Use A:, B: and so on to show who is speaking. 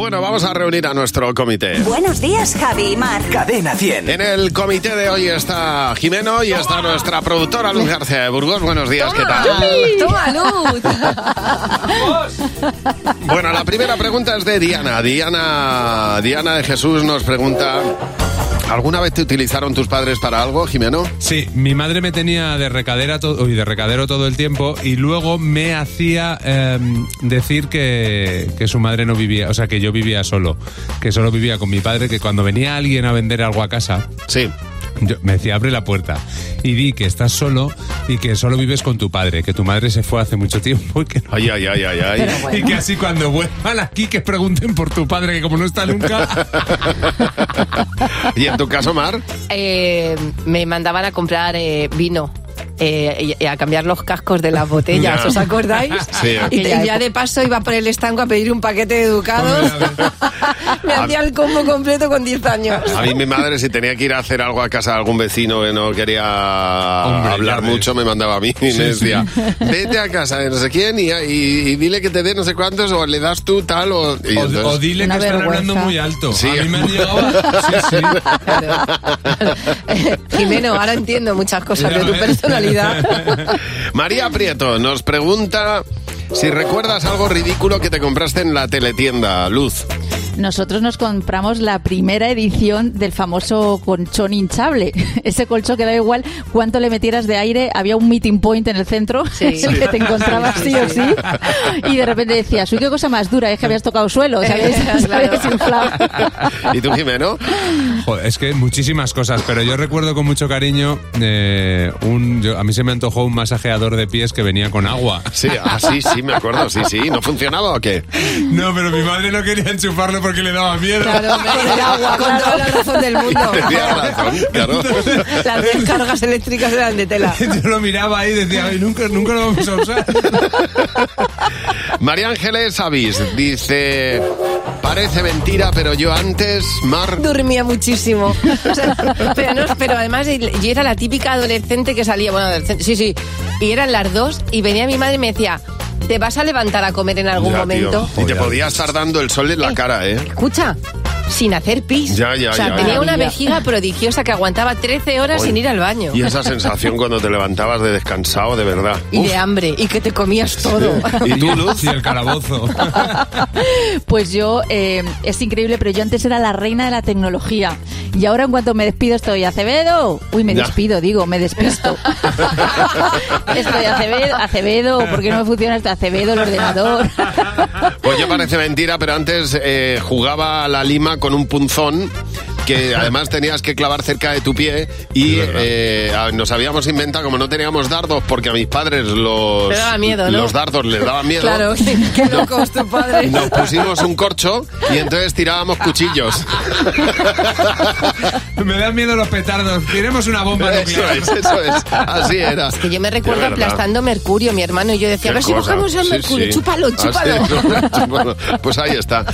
A: Bueno, vamos a reunir a nuestro comité.
B: Buenos días, Javi y Mar.
C: Cadena 100.
A: En el comité de hoy está Jimeno y está nuestra productora Luz García de Burgos. Buenos días, ¿qué tal?
D: Toma luz.
A: Bueno, la primera pregunta es de Diana. Diana, Diana de Jesús nos pregunta, ¿alguna vez te utilizaron tus padres para algo, Jimeno?
E: Sí, mi madre me tenía de recadera to- uy, de recadero todo el tiempo y luego me hacía em, decir que, que su madre no vivía, o sea, que yo vivía solo, que solo vivía con mi padre, que cuando venía alguien a vender algo a casa,
A: Sí.
E: yo- me decía, abre la puerta y di que estás solo y que solo vives con tu padre, que tu madre se fue hace mucho tiempo y que no-
A: Ay, ay, ay, ay, ay.
D: Pero bueno.
E: Y que así cuando vuelvan aquí que pregunten por tu padre, que como no está nunca...
A: ¿Y en tu caso, Mar?
D: Eh, me mandaban a comprar eh, vino. eh, y- y a cambiar los cascos de las botellas,
A: Ya.
D: ¿os acordáis?
A: Sí.
D: Y,
B: Aquella
D: y ya de paso iba por el estanco a pedir un paquete de educados.
E: Hombre,
D: me hacía el combo completo con 10 años.
A: A mí mi madre si tenía que ir a hacer algo a casa de algún vecino que no quería
E: Hombre,
A: hablar
E: ya ves.
A: mucho, me mandaba a mí y me decía, vete a casa de no sé quién y, y- y dile que te dé no sé cuántos o le das tú tal o... y
E: O,
A: entonces-
E: o dile que
D: Una
E: están
D: vergüenza.
E: hablando muy alto.
A: Sí.
E: A mí me han llegado a- Sí, sí.
D: Jimeno, ahora entiendo muchas cosas de tu
E: Ya, ¿eh?
D: personalidad.
A: María Prieto nos pregunta si recuerdas algo ridículo que te compraste en la teletienda, Luz.
F: Nosotros nos compramos la primera edición del famoso colchón hinchable. Ese colchón que daba igual cuánto le metieras de aire, había un meeting point en el centro
D: Sí.
F: que te encontrabas
D: Sí,
F: sí,
D: sí,
F: o
D: sí.
F: sí. Y de repente decías, uy, qué cosa más dura, es que habías tocado suelo, o sea, habías-
D: Claro.
F: habías inflado.
A: ¿Y tú, Jimeno?
E: Joder, es que muchísimas cosas, pero yo recuerdo con mucho cariño eh, un, yo- a mí se me antojó un masajeador de pies que venía con agua.
A: Sí, ah, sí, sí, me acuerdo, sí, sí. ¿No funcionaba o qué?
E: No, pero mi madre no quería enchufarlo porque le daba miedo.
D: Claro, hombre, con el agua, con toda la razón del mundo.
A: Tenía razón, claro.
D: Las descargas eléctricas eran de tela.
E: Yo lo miraba ahí y decía, "Ay, nunca, nunca lo vamos a usar.
A: María Ángeles Avis dice, parece mentira, pero yo antes, Mar...
D: Dormía muchísimo. O sea, pero, no, pero además yo era la típica adolescente que salía, bueno, adolescente, sí, sí, y eran las dos y venía mi madre y me decía, ¿te vas a levantar a comer en algún
A: Ya, tío.
D: momento?
A: Y te podía estar dando el sol en la cara, ¿eh?
D: Escucha, sin hacer pis.
A: Ya, ya,
D: o sea,
A: ya,
D: tenía
A: ya.
D: una vejiga prodigiosa que aguantaba 13 horas
A: Oye,
D: sin ir al baño.
A: Y esa sensación cuando te levantabas de descansado, de verdad.
D: Y
A: Uf.
D: de hambre, y que te comías todo.
A: ¿Y tú, Luz?
E: Y el calabozo.
F: Pues yo, eh, es increíble, pero yo antes era la reina de la tecnología. Y ahora en cuanto me despido estoy Acevedo. Uy, me
A: Ya.
F: despido, digo, me despisto. estoy Acevedo, Acevedo, ¿por qué no me funciona esto? Acevedo, el ordenador.
A: Pues yo parece mentira, pero antes eh, jugaba a la lima con un punzón que además tenías que clavar cerca de tu pie y
E: Es verdad.
A: eh, a- nos habíamos inventado, como no teníamos dardos, porque a mis padres los,
D: Te daba miedo, ¿no?
A: los dardos les daban miedo. pues
D: Claro, qué, qué loco es tu padre.
A: Nos pusimos un corcho y entonces tirábamos cuchillos.
E: me dan miedo los petardos. Tiremos una bomba
A: Eso
E: nuclear.
A: es, eso es. Así era.
D: Es que yo me recuerdo
A: De verdad.
D: aplastando mercurio, mi hermano y yo decía,
A: Qué
D: a ver si
A: cosa.
D: buscamos el
A: Sí, Ah,
D: mercurio,
A: sí.
D: chúpalo,
A: Así,
D: chúpalo.
A: chúpalo. Pues ahí está.